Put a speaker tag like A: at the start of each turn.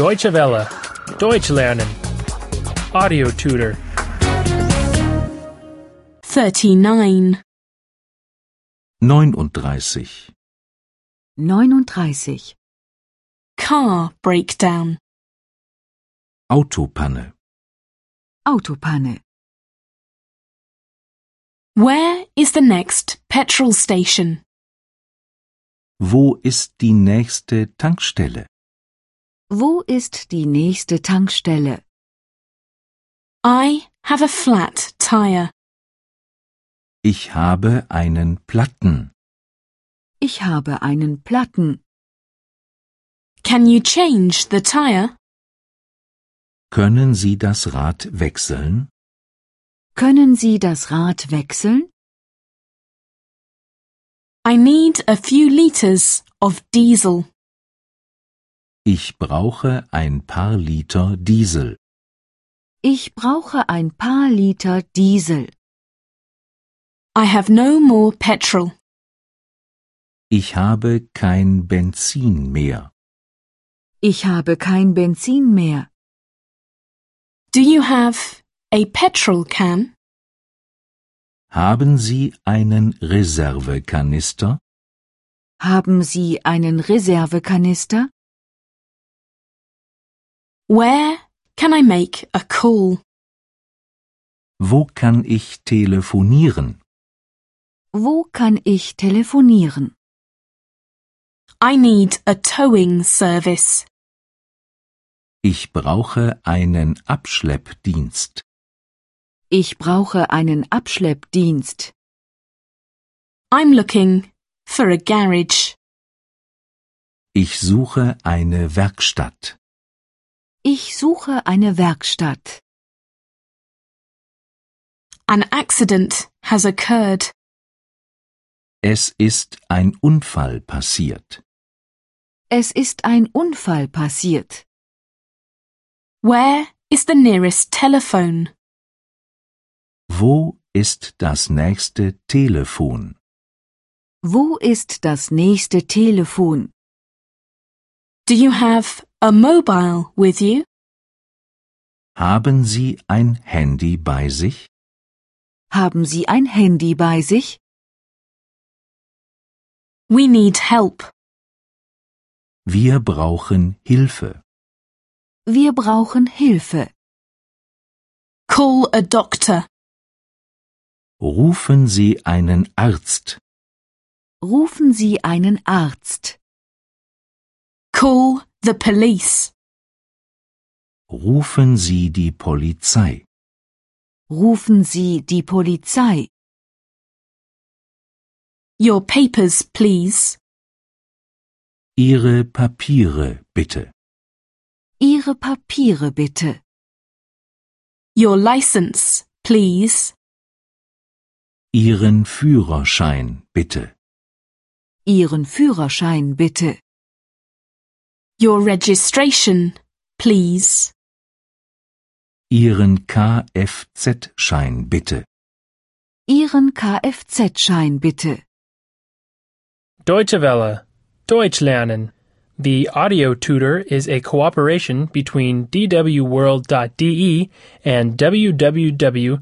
A: Deutsche Welle. Deutsch lernen. Audio tutor.
B: 39.
C: 39.
D: 39.
B: Car breakdown.
C: Autopanne.
D: Autopanne.
B: Where is the next petrol station?
C: Wo ist die nächste Tankstelle?
D: Wo ist die nächste Tankstelle?
B: I have a flat tire.
C: Ich habe einen Platten.
D: Ich habe einen Platten.
B: Can you change the tire?
C: Können Sie das Rad wechseln?
D: Können Sie das Rad wechseln?
B: I need a few liters of diesel.
C: Ich brauche ein paar Liter Diesel.
D: Ich brauche ein paar Liter Diesel.
B: I have no more petrol.
C: Ich habe kein Benzin mehr.
D: Ich habe kein Benzin mehr.
B: Do you have a petrol can?
C: Haben Sie einen Reservekanister?
D: Haben Sie einen Reservekanister?
B: Where can I make a call?
C: Wo kann ich telefonieren?
D: Wo kann ich telefonieren?
B: I need a towing service.
C: Ich brauche einen Abschleppdienst.
D: Ich brauche einen Abschleppdienst.
B: I'm looking for a garage.
C: Ich suche eine Werkstatt.
D: Ich suche eine Werkstatt.
B: An accident has occurred.
C: Es ist ein Unfall passiert.
D: Es ist ein Unfall passiert.
B: Where is the nearest telephone?
C: Wo ist das nächste Telefon?
D: Wo ist das nächste Telefon?
B: Do you have a mobile with you?
C: Haben Sie ein Handy bei sich?
D: Haben Sie ein Handy bei sich?
B: We need help.
C: Wir brauchen Hilfe.
D: Wir brauchen Hilfe.
B: Call a doctor.
C: Rufen Sie einen Arzt.
D: Rufen Sie einen Arzt.
B: Call the police.
C: Rufen Sie die Polizei.
D: Rufen Sie die Polizei.
B: Your papers, please.
C: Ihre Papiere bitte.
D: Ihre Papiere bitte.
B: Your license, please.
C: Ihren Führerschein bitte.
D: Ihren Führerschein bitte.
B: Your registration, please.
C: Ihren Kfz-Schein bitte.
D: Ihren Kfz-Schein bitte.
A: Deutsche Welle. Deutsch lernen. The audio tutor is a cooperation between E dwworld.de and www.book2.de.